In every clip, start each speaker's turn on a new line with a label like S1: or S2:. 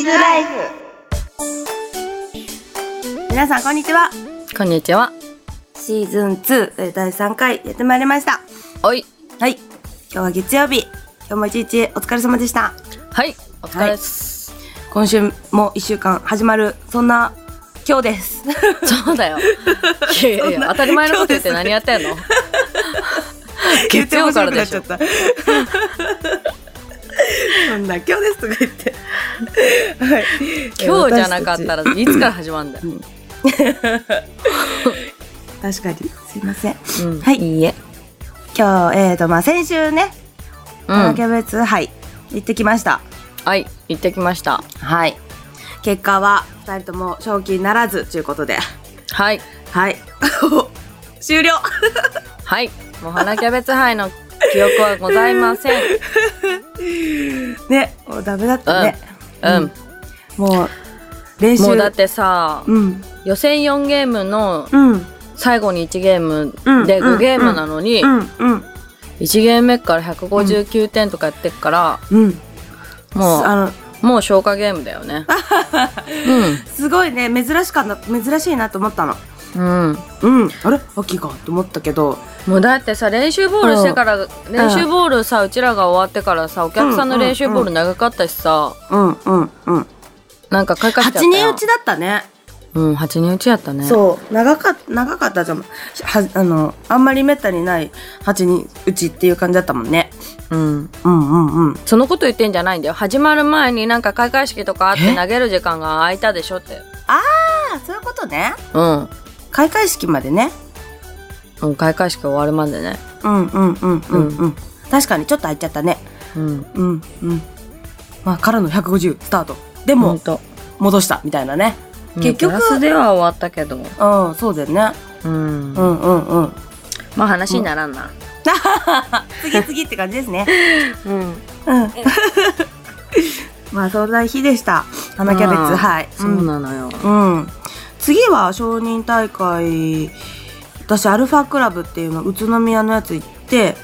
S1: ズライフ皆さんこんにちは
S2: こんにちは。
S1: シーズン2えー第3回やってまいりました
S2: おい。
S1: はい今日は月曜日今日も一日お疲れ様でした
S2: はい。お疲れです。
S1: 今週も一週間始まるそんな今日です
S2: そうだよ。いやいやい
S1: そんな
S2: や、当たり前のこと言って何 やってんの月曜からでしょ
S1: めっ。ちゃ面白くなっちゃった そんな今日ですとか言ってはい
S2: 今日じゃなかった
S1: ら
S2: らいつから始まるんだよ。
S1: 確かにすいません
S2: うん
S1: はい
S2: いいえ。
S1: 今日えーとまあ先週ね
S2: う
S1: うん、
S2: ん。
S1: キャベツ杯行ってきました
S2: はい。行ってきました。
S1: はい結果は2人とも賞金ならずということで
S2: はい。
S1: はい 終了
S2: はい。もう花キャベツ杯の記憶はございません。
S1: ねもうダメだったね、
S2: うん。
S1: もう練習
S2: もうだってさ、
S1: うん
S2: 予選4ゲームの
S1: うんうん
S2: 最後に1ゲーム
S1: うん
S2: で
S1: う
S2: 5
S1: ん
S2: ゲームなのに、
S1: うん
S2: 1ゲーム目から159点とかやってっから、
S1: うん
S2: もう
S1: あの
S2: もう消化ゲームだよね。
S1: すごいね珍しかった珍しいなと思ったの
S2: うん。うん。
S1: うんあれアキがと思ったけど
S2: もうだってさ、練習ボールしてから、練習ボールさ、うちらが終わってからさ、お客さんの練習ボール長かったしさ、
S1: うんうんうん
S2: なんか開花しちゃった
S1: 8
S2: よ。
S1: 人打ちだったね
S2: うん、8人打ちやったね。う。
S1: そう長かった長かったじゃんはあのあんまりめったにない8人うちっていう感じだったもんね
S2: うん。
S1: うんうんうん
S2: そのこと言ってんじゃないんだよ。始まる前になんか開会式とかあって
S1: え
S2: 投げる時間が空いたでしょって。
S1: あそういうことね
S2: うん。
S1: 開会式までね
S2: うん、開会式終わるまでね。
S1: うんうんうんうんうん、確かにちょっと空いちゃったね
S2: うん。
S1: うんうんまあからの150スタートで
S2: ほん
S1: も
S2: と。
S1: 戻したみたいなね結局
S2: うんプラスでは終わったけど。
S1: うんそうだよね
S2: うん。
S1: うんうんうん
S2: まあ話にならんな。
S1: 次次って感じですね
S2: うん。
S1: うん まあそんな日でした花キャベツはい
S2: そうなのよ。
S1: うん、次は承認大会私アルファクラブっていうの宇都宮のやつ行って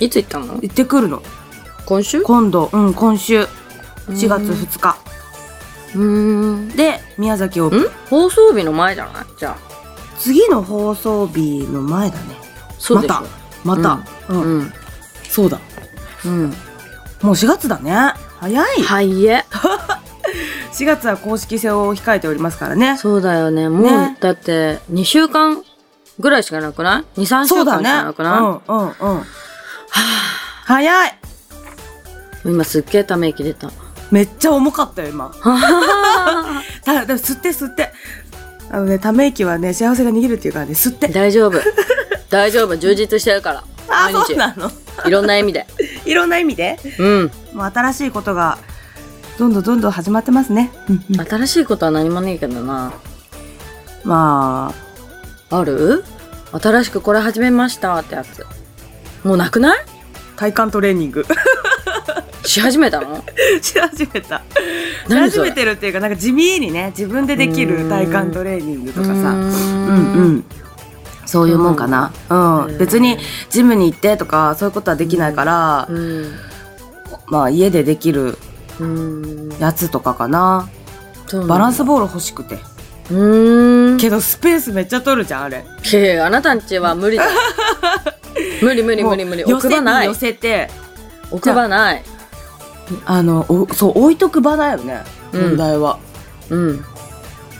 S2: いつ行ったの
S1: 行ってくるの
S2: 今週
S1: 今度うん今週4月
S2: うん
S1: 2日
S2: うん。
S1: で宮崎を
S2: ん放送日の前じゃないじゃあ。
S1: 次の放送日の前だね
S2: そうでしょ。
S1: またまた、うん
S2: うん。
S1: そうだ
S2: うん。
S1: もう4月だね早い、
S2: はいえ。
S1: 4月は公式戦を控えておりますからね
S2: そうだよね。もう、
S1: ね
S2: だって、2週間ぐらいしかなくない ?2、3
S1: そ
S2: 週
S1: うだ
S2: 間し
S1: ね
S2: かなくない、
S1: うんうんうん早い
S2: 今すっげえため息出た。
S1: めっちゃ重かったよ 今たでも吸って吸ってあのねため息はね幸せが逃げるっていうからね吸って
S2: 大丈夫。大丈夫。充実してるから。
S1: あ
S2: 毎
S1: そう
S2: 日。
S1: なの
S2: いろんな意味で。
S1: いろんな意味で
S2: うん。
S1: もう新しいことがどんどんどんどん始まってますね、うんうん
S2: 新しいことは何もねえけどな。
S1: まあ
S2: ある新しくこれ始めましたってやつ。もうなくない
S1: 体幹トレーニング
S2: し始めたの
S1: し始めたし
S2: 何
S1: 始
S2: それ
S1: めてるっていうかなんか地味にね自分でできる体幹トレーニングとかさう
S2: うん
S1: うんそういうもんかな、うん
S2: うん
S1: 別にジムに行ってとかそういうことはできないから、
S2: うん。
S1: まあ家でできる
S2: うん。
S1: やつとかかな
S2: そうなんだ
S1: バランスボール欲しくて
S2: うーん。
S1: けどスペースめっちゃ取るじゃんあれ
S2: いやいやあなたんちは無 理だ。無理無理無理無理。
S1: もう
S2: 置く場ない
S1: 寄。せに寄せて
S2: 置く場ない。
S1: あのおそう置いとく場だよね
S2: うん
S1: 問題は、
S2: うん。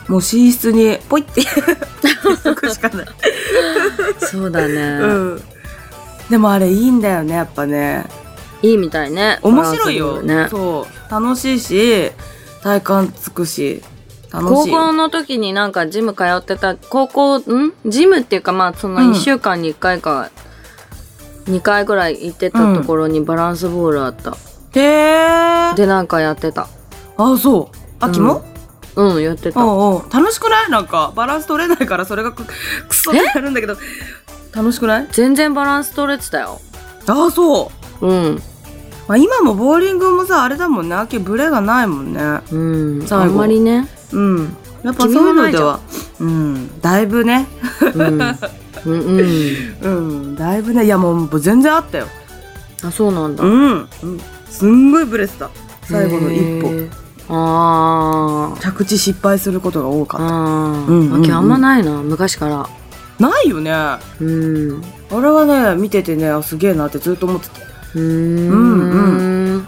S1: もう寝室にポイって 置いとくしかない、
S2: そうだね。
S1: うん、でもあれいいんだよねやっぱね
S2: いいみたいね。
S1: 面白いよ、
S2: バランスボールね。
S1: そう楽しいし体幹つくし楽
S2: 高
S1: しいよ
S2: 校の時になんかジム通ってた、高校、んジムっていうかまあその
S1: うん
S2: 1週間に1回か、2回ぐらい行ってたところにバランスボールあった。
S1: へえ
S2: でなんかやってた。
S1: あそう秋も、
S2: うんうん、やってた。
S1: おうおう楽しくないなんかバランス取れないからそれがく くそってなるんだけど楽しくない
S2: 全然バランス取れてたよ。
S1: ああそう
S2: うん。
S1: まあ、今もボーリングもさあれだもんね秋ブレがないもんね
S2: うん。
S1: 最後
S2: あんま りね。
S1: うんやっぱそういうのではうんだいぶね
S2: うん。うんうん。
S1: うんだいぶねいやもう全然あったよ
S2: あ、そうなんだ
S1: う。ん、うん、すんごいブレてた最後の一
S2: へ
S1: 歩
S2: ーあー
S1: 着地失敗することが多かっ
S2: あ
S1: うんうんうん
S2: ー秋あんまないな昔から
S1: たないよねあ
S2: うんう
S1: れはね見ててねあすげえなってずっと思ってて
S2: ーん
S1: うん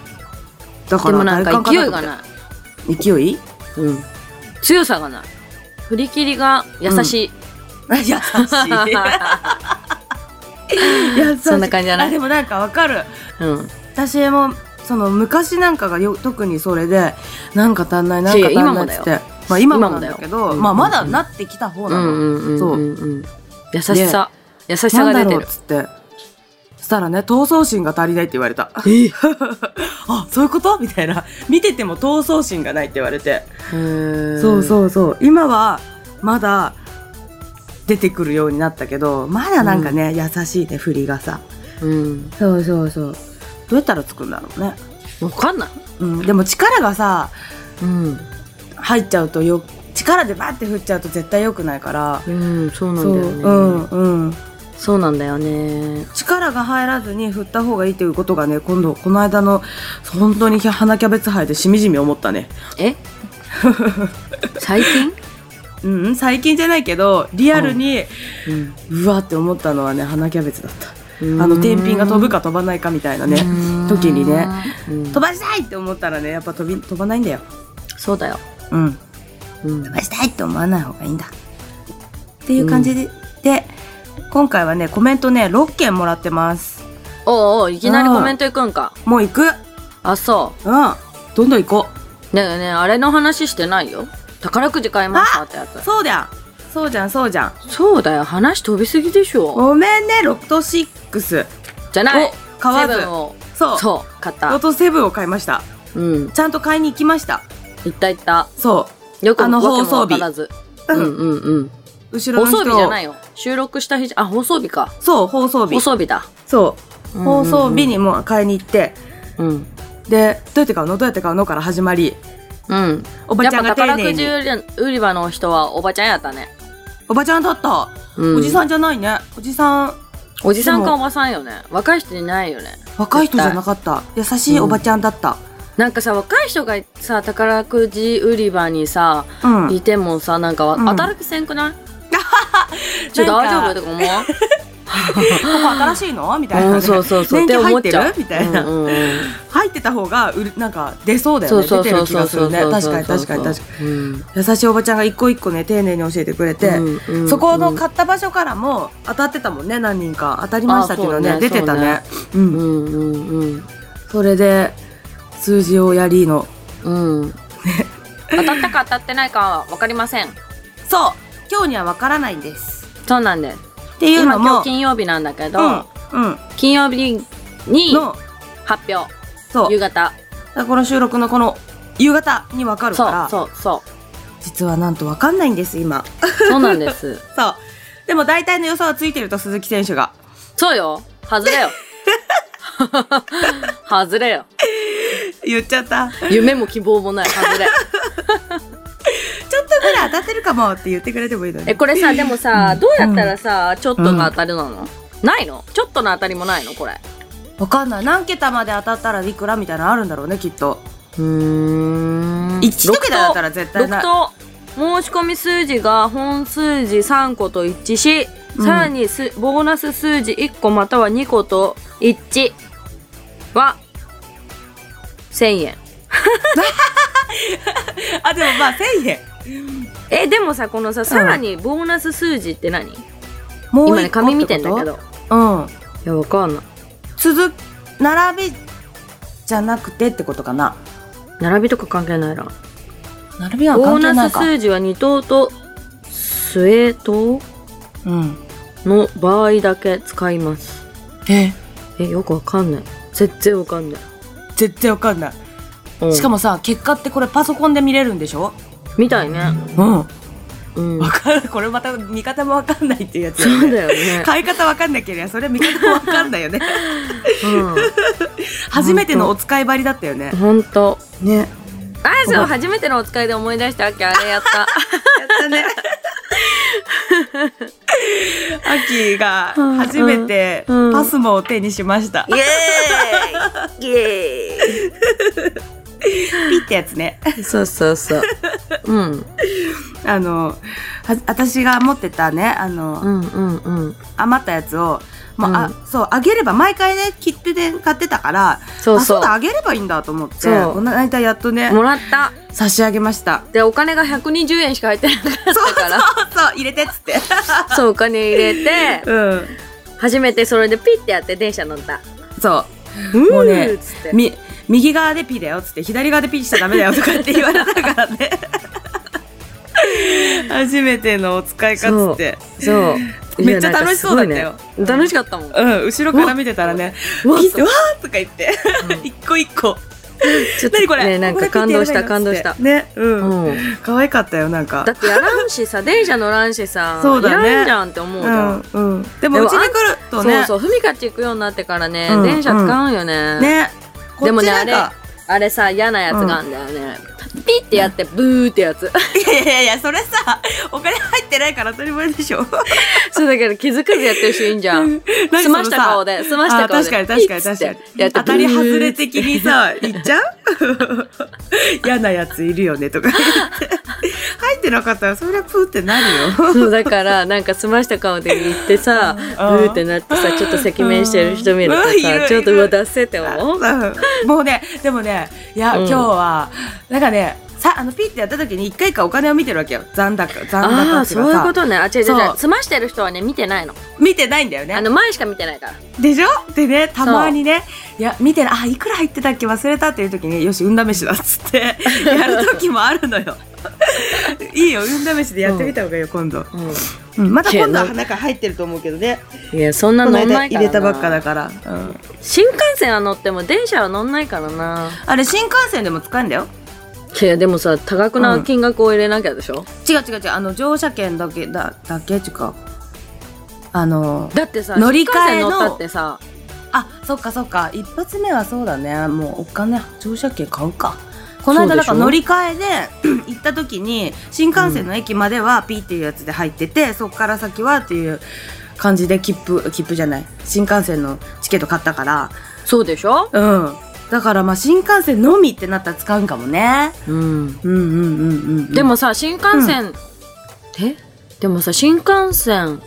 S1: だか
S2: で
S1: ら
S2: もなんか勢い
S1: 体
S2: が
S1: 感
S2: ない
S1: と思って勢い
S2: うん、強さがない振り切りが優しい、
S1: 優しい 優しい
S2: そんな感じじゃない
S1: あでもなんかわかる
S2: うん
S1: 私もその昔なんかがよ特にそれでなんか足んないなんか足ん
S2: 今
S1: ない
S2: も
S1: っ
S2: だ
S1: つ
S2: よ
S1: ってまあ今もなん
S2: 今
S1: だ
S2: もだ
S1: け
S2: よ
S1: ど
S2: うん
S1: まあまだなってきた方
S2: う
S1: なの、
S2: んうん
S1: そう
S2: うんうん優しさ優しさ
S1: な
S2: が
S1: んだ
S2: 出て
S1: ろうっ
S2: る
S1: つってそしたらね闘争心が足りないって言われた
S2: え
S1: あそういうことみたいな見てても闘争心がないって言われて、そう
S2: う
S1: そうそう今はまだ出てくるようになったけどまだなんかね、優しいね振りがさ
S2: うん
S1: そうそうそうどうやったらつくんだろうね、
S2: わかんない
S1: うん、でも力がさ
S2: うん
S1: 入っちゃうとよ力でバッて振っちゃうと絶対良くないから
S2: うんそうなん
S1: そう
S2: だよねそう,、
S1: うんうん
S2: なんだよね
S1: 力が入らずに振った方がいいということがね今度この間の本当に花キャベツ杯でしみじみ思ったね
S2: え最近、
S1: うんうん最近じゃないけどリアルに、
S2: うん
S1: うわって思ったのはね花キャベツだったあの天秤が飛ぶか飛ばないかみたいなね時にね、
S2: うん
S1: 飛ばしたいって思ったらねやっぱ飛び飛ばないんだよ
S2: そうだよ、
S1: うん
S2: うん
S1: 飛ばしたいって思わない方がいいんだっていう感じで、で今回はねコメントね6件もらってます
S2: おうおういきなりコメントいくんか
S1: もう行く
S2: あそ
S1: うんどんどん行こ
S2: うねえねえあれの話してないよ宝くじ買いましたってや
S1: う
S2: つ
S1: そうじゃんそうじゃんそうじゃん
S2: そうだよ話飛びすぎでしょ
S1: ごめんねロト6
S2: じゃない
S1: お買わず
S2: セブンを
S1: そう
S2: そう買っ
S1: ロ
S2: た
S1: ト7を買いました
S2: うん
S1: ちゃんと買いに行きました
S2: 行った行った
S1: そ
S2: よく
S1: あの
S2: わけも
S1: 放送日
S2: わからずうんうんうん
S1: う後ろ
S2: 放
S1: の
S2: 送
S1: 人
S2: 日じゃないよ収録した日じゃあ放送日か
S1: そう放送日
S2: 放送日だ
S1: そう
S2: うんうん
S1: 放
S2: うん
S1: 送日にもう買いに行って
S2: うん
S1: でどうやって買うのどうやって買うのから始まり
S2: うん
S1: おば
S2: やっ
S1: ちゃ
S2: ぱ
S1: んが丁
S2: 宝
S1: 寧
S2: くじ
S1: に
S2: 売り売り場の人はおばちゃんやったね
S1: おばちゃんだった、
S2: う
S1: おじ
S2: ん
S1: さんじゃないねおじさん
S2: おじさんかおばさんよね若い人いないよね
S1: 若い人じゃなかった優しいおばちゃんだった
S2: なんかさ若い人がさ宝くじ売り場にさ
S1: うん、
S2: いてもさなんかわ
S1: うん
S2: 当たる気せんくな いちょっと大丈夫とか思わん
S1: ここ新しいのみたいな、
S2: う
S1: ね、
S2: ん、そうそうそう。
S1: 年季
S2: って
S1: 入
S2: 思
S1: っ
S2: ってちゃ
S1: る
S2: う
S1: みたいな、
S2: うんうんうん
S1: 入ってた方がうるなんか出そうだよ
S2: そ
S1: ね
S2: うそう
S1: 出て
S2: そ
S1: る
S2: う
S1: 気
S2: そ
S1: が
S2: う
S1: す
S2: そ
S1: る
S2: う。
S1: ね確かに確かに確か
S2: かに。
S1: に優しいおばちゃんが一個一個ね丁寧に教えてくれて、
S2: うんうん
S1: そこの買った場所からも当たってたもんね何人か当たりましたっていうのね
S2: あそう
S1: 出
S2: ね
S1: てたねう
S2: うん
S1: ん
S2: うん
S1: それで数字をやりの
S2: うんうん。当たったか当たってないかはわかりません。
S1: そう今日にはわからないんです
S2: そうなんです。
S1: っていう
S2: 今
S1: の
S2: 今日
S1: も
S2: 金曜日なんだけど、
S1: うんうん
S2: 金曜日に
S1: の
S2: 発表
S1: そう
S2: 夕
S1: だか
S2: 方。
S1: らこの収録のこの夕方にわかる
S2: そ
S1: から
S2: うそうそう。
S1: 実はなんとわかんないんです今
S2: そうなんです。
S1: そうでも大体の予想はついてると鈴木選手が
S2: そうよ。外 れよ。外れよ。
S1: 言っちゃった
S2: 夢も希望もない。外れ。
S1: ちょっとぐらい当たってるかもって言ってくれてもいいのに
S2: え、これさ、でもさ、どうやったらさ、ちょっとの当たりなのないのちょっとの当たりもないのこれ。
S1: わかんない何桁まで当たったらいくらみたいなのあるんだろうねきっと
S2: うーん
S1: 1桁だったら絶対
S2: 6
S1: ない
S2: 等申し込み数字が本数字3個と一致し、
S1: うん
S2: さらにすボーナス数字1個または2個と一致は1000円
S1: あでもまあ1000円
S2: えでもさこのささらにボーナス数字って何、
S1: も一
S2: 今
S1: 個
S2: ね紙見てんだけ
S1: っ
S2: ど
S1: ことうん
S2: いやわかんない
S1: 続く並びじゃなくてってことかな
S2: 並びとか関係ないな
S1: 並びは
S2: ボー
S1: 関係な
S2: ナ
S1: い
S2: ス
S1: か
S2: 数字は2等と末等
S1: うん
S2: の場合だけ使います
S1: え
S2: えよくわかんない全然わかんない、
S1: 絶対わかんない、
S2: うん
S1: しかもさ結果ってこれパソコンで見れるんでしょ
S2: みたいね
S1: うん
S2: うん
S1: わかるこれまた見方もわかんないっていうやつ
S2: そう
S1: ね
S2: だよ ね。
S1: 買い方わかんなければそれ見方もわかんないよ ね
S2: う
S1: 初めてのお使い張りだったよね
S2: ん、ほんと。
S1: ね
S2: あそう初めてのお使いで思い出したわけあれやった。
S1: やったね。秋が初めて
S2: うんうん
S1: パスモを手にしました。
S2: イエーイイエーイ
S1: ピってやつね。
S2: そうそうそう。うん。
S1: あの、は私が持ってたね、あの、
S2: うんうんうん。
S1: 余ったやつを、まあ、
S2: うん
S1: あそう、あげれば、毎回ね、切手で買ってたから、
S2: そうそ
S1: あそう
S2: う。
S1: だ、あげればいいんだと思って、
S2: そう
S1: この間やっとね、
S2: もらった。
S1: 差し上げました。
S2: で、お金が120円しか入ってなかったから、そう
S1: そうそう、入れてっつって。
S2: お金入れて、
S1: うん。
S2: 初めてそれでピッてやって電車乗った。
S1: そう。
S2: も
S1: も
S2: う
S1: う
S2: ね
S1: ね、
S2: つって
S1: み右側でピだよっつって左側でピしちゃダメだよとかって言われたから ね初めてのお使いかっつって
S2: そう。
S1: めっちゃ楽しそうだったよ
S2: いやなんかすごいね楽しかったもん。
S1: うん後ろから見てたらね「
S2: わ
S1: ピって「わー!」とか言って
S2: うん
S1: 一個一個
S2: ちょっと
S1: 何これ
S2: ね、なんか感動した、感動した。
S1: ねうん
S2: うん。
S1: 可愛かったよなんか
S2: だってやらんしさ、電車乗らんしさ、
S1: そうだね
S2: いらんじゃんって思うじ
S1: う
S2: ゃん。
S1: んうんで
S2: で
S1: も
S2: も
S1: うちに来るとね
S2: そうそう、ふみかち行くようになってからね、
S1: うん
S2: 電車使うよね。
S1: ねこ
S2: でも
S1: っち
S2: ね、
S1: な
S2: あ
S1: ん
S2: れ
S1: か、
S2: あれさ、嫌なやつがあんだよね。ピッてやって、ブーっ てやつ。
S1: いやいやいやそれさお金入ってないから当たり前で しょ
S2: そうだけど気づかずやってる人いいんじゃん。
S1: 何
S2: 済ました
S1: そのさ
S2: 顔で、済ました
S1: あ
S2: 顔で。
S1: 確かに確かに
S2: ピッ
S1: 確
S2: て
S1: かに
S2: やって
S1: 当たり外れ的に さ言っちゃう 嫌なやついるよねとか言 って入ってなかったらそりゃプーってなるよ
S2: そうだからなんか済ました顔で言ってさブーってなってさちょっと赤面してる人見ると
S1: うんいるい
S2: さ
S1: る
S2: ちょっとうわ出せっ て思う
S1: うんもうねでもねいや、
S2: うん
S1: 今日はなんかねさあのピーってやった時に一回かお金を見てるわけよ残高残
S2: あ
S1: 高
S2: あ
S1: ってい
S2: そ
S1: う
S2: ういう
S1: か
S2: ことねあ違う違う違
S1: そうう
S2: 済ましてる人はね見てないの
S1: さ見てないんだよ
S2: あ
S1: ね
S2: の前しか見てないから
S1: でしょでねたまにねいや見てないあいくら入ってたっけ忘れたっていう時によし運試しだっつって やる時もあるのよいいよ運試しでやってみた方がいいよ今度。うん、また今度は中入ってると思うけどね。
S2: いやそんな
S1: こ
S2: の
S1: の
S2: んな
S1: 間
S2: いからな
S1: 入れたばっかだから。うん
S2: 新幹線は乗っても電車は乗んないからな
S1: あれ新幹線でも使えんだよ。
S2: いやでもさ多額な金額を入れなきゃでしょ、
S1: 違う違う違う。あの乗車券だけだだけっていうか。あの
S2: だってさ
S1: 乗り換え
S2: 新幹線
S1: の
S2: 乗ったってさ
S1: あそっかそっか一発目はそうだねもうお金乗車券買うかこの間なんか
S2: そうでしょ
S1: 乗り換えで 行った時に新幹線の駅まではピーっていうやつで入ってて、そっから先はっていう感じで切符切符じゃない新幹線のチケット買ったから
S2: そうでしょ
S1: うん。だからまあ新幹線のみってなったら使うんかもね。
S2: うん
S1: うんうんうんうんうん。
S2: でもさ新幹線、えでもさ新幹線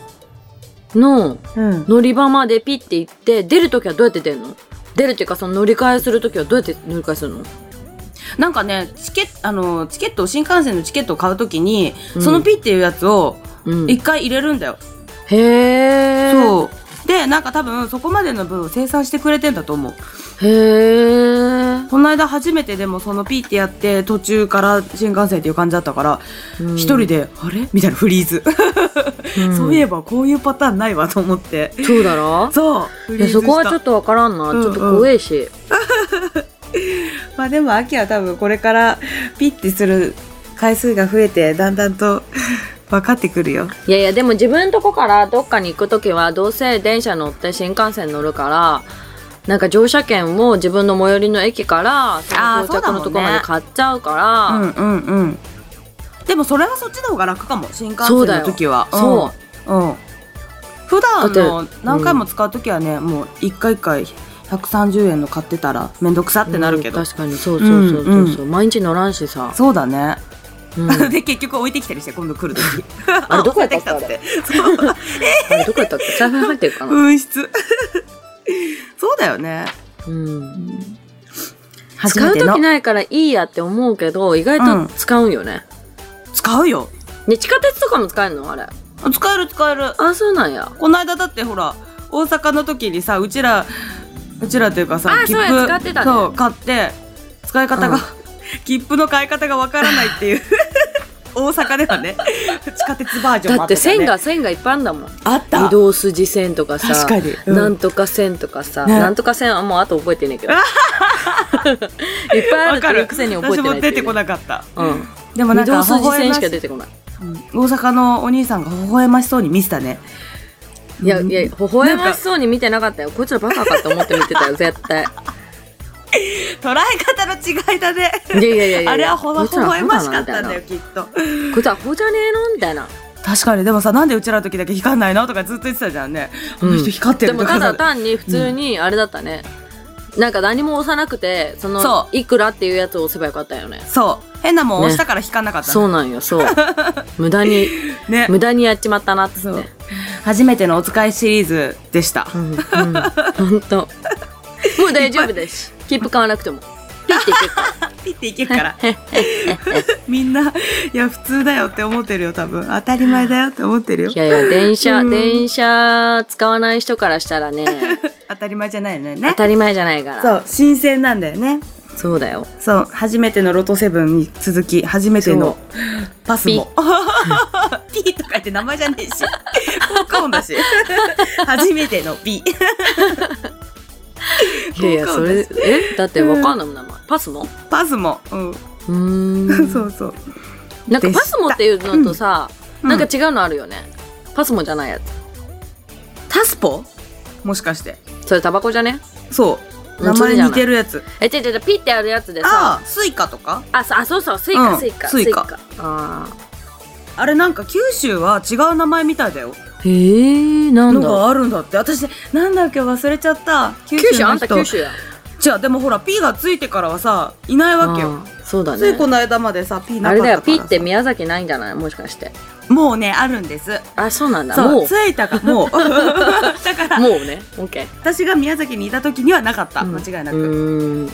S2: の
S1: うん、
S2: 乗り場までピッて行って出るときはどうやって出るの出るっていうかその乗り換えするときはどうやって乗り換えするの
S1: なんかね、チケあの、チケットを、新幹線のチケットを買うときに、
S2: うん
S1: そのピっていうやつを
S2: うん
S1: 一回入れるんだよ。
S2: へえ
S1: そう。で、なんか多分そこまでの分を生産してくれてんだと思う。
S2: へえ、
S1: この間初めてでもそのピってやって途中から新幹線っていう感じだったから、
S2: うん
S1: 一人で、あれみたいなフリーズ。 そういえばこういうパターンないわと思って。
S2: そうだろ
S1: そう。フ
S2: い
S1: リー
S2: や
S1: ズした
S2: そこはちょっとわからんな、
S1: うんうん
S2: ちょっと怖えし
S1: まあでも秋は多分これからピッてする回数が増えてだんだんと分かってくるよ。
S2: いやいやでも自分のとこからどっかに行くときはどうせ電車乗って新幹線乗るからなんか乗車券を自分の最寄りの駅からそ
S1: あー
S2: の到着の
S1: そ
S2: とこま
S1: うだもんね
S2: で買っちゃうから
S1: うんうんうん。でもそれはそっちの方が楽かも新幹
S2: そ
S1: 線
S2: うだ
S1: の
S2: よ
S1: 時は。。
S2: そう
S1: うん。普段
S2: だっ
S1: の何回も使う時はね、もう一回一回130円の買ってたらめんどくさってなるけど。
S2: うん確かにそうそうそうそう
S1: うん
S2: そう、毎日乗らんしさ、
S1: そうだね。
S2: うん、あ
S1: で結局置いてきたりして今度来る時。
S2: れどこやった
S1: あ置いて
S2: っけ
S1: きたっつって。そう。
S2: れどこやったっけ財布入ってるかな、
S1: 紛失。 そうだよね。
S2: うん、
S1: 初
S2: 使
S1: め
S2: う
S1: ての
S2: 時ないからいいやって思うけど意外と使うんよね、
S1: 使うよ。
S2: ね地下鉄とかも使えるのあれ
S1: 使える使える。
S2: あそうなんや
S1: この間だってほら大阪の時にさうちらうちらというかさ
S2: あそうや使ってたね
S1: そう買って使い方が、
S2: うん
S1: 切符の買い方がわからないっていう 大阪ではね地下鉄バージョンも
S2: だ
S1: あ
S2: っ
S1: ったじゃ
S2: て
S1: ん
S2: 線
S1: ね、
S2: が線がいっぱいあんだもん
S1: あった
S2: 移動筋線とかさ
S1: 確かにうん
S2: なんとか線とかさ、
S1: ね
S2: なんとか線はもうあと覚え てないけどいっ
S1: わ
S2: ぱいあるって
S1: か
S2: いう
S1: る
S2: くせに覚えてない
S1: 私も出てこ
S2: い
S1: なかった
S2: うん、
S1: でもな
S2: 移
S1: んか
S2: 動筋
S1: 微笑
S2: 線
S1: ま
S2: し
S1: し
S2: か出てこない
S1: うん大阪のお兄さんが微笑ましそうに見せた ね
S2: いや
S1: うん
S2: いや微笑ましそうに見てなかったよこいつらバカかと思って見てたよ絶 対
S1: 捉え方の違いだね
S2: いやいやいやい や
S1: あれはほ
S2: こ
S1: わ
S2: いつ
S1: 微
S2: ら
S1: 笑ましかったん
S2: バカ
S1: だ
S2: な
S1: よ
S2: み
S1: きっと
S2: たいなこいつらアホじゃねえのみたいな
S1: 確かにでもさなんでうちらの時だけ光んないのとかずっと言ってたじゃんね、
S2: うん
S1: あの人光って
S2: で
S1: ると
S2: も
S1: か
S2: た
S1: さ
S2: だ単に普通にあれだったね、なんか何も押さなくて、その、
S1: そ
S2: いくらっていうやつを押せばよかったよね。
S1: そう変なもん押したから引かなかった
S2: そ
S1: の
S2: うなんよ、そう。無駄に、
S1: ね
S2: 無駄にやっちまったなっつ
S1: そ
S2: っ
S1: う
S2: て。
S1: 初めてのお使いシリーズでした
S2: うん、うん、ほんと。もう大丈夫です。キップ買わなくても。ピッていけるから。
S1: ピッていけるから みんないや普通だよって思ってるよ多分当たり前だよって思ってるよ
S2: いやいや、電車、
S1: うん
S2: 電車使わない人からした らね、
S1: 当たり前じゃないのよ
S2: 当
S1: ね
S2: たり前じゃないから。
S1: そう新鮮なんだよね
S2: そうだよ。
S1: そう初めてのロトセブンに続き初めてのパスも ピーとかって名前じゃねえしポップコーンだし初めての B
S2: いやいや、それ、えだってわかんないもんな、名前パスモ
S1: パスも、うん、
S2: うーん。
S1: そうそう
S2: なんかパスモっていうのとさ、
S1: うん
S2: なんか違うのあるよね。パスモじゃないや
S1: タスポもしかして
S2: つ。それタバコじゃね
S1: そう
S2: う
S1: 名
S2: んそ
S1: 前
S2: れじゃない
S1: 似てるやつ
S2: え、違う違う違う、ピッてやるやつでさ。
S1: ああスイカとか
S2: あ、そあそうそう、スイ
S1: う
S2: カ、
S1: ん
S2: スイカ、
S1: スイカ
S2: ああ。
S1: あれなんか九州は違う名前みたいだよ
S2: へえ、な
S1: のがあるんだって私なんだっけ忘れちゃった九
S2: 九州、あ
S1: の
S2: んた
S1: 人
S2: 九州や。
S1: じゃあでもほら P がついてからはさいないわけよ
S2: あーそうだ
S1: ついこ
S2: ね。
S1: の間までさ P な
S2: あ
S1: かっ
S2: れ
S1: たか
S2: だ
S1: ら
S2: よ、ピッて
S1: さ
S2: 宮崎ないんじゃないもしかして。
S1: もうねあるんです
S2: あ、そうなんだ。
S1: そ
S2: もう
S1: うつ、いたかもう だから
S2: もうね。オッケー。
S1: 私が宮崎にいた時にはなかった、
S2: うん
S1: 間違いな
S2: う
S1: く、
S2: ーん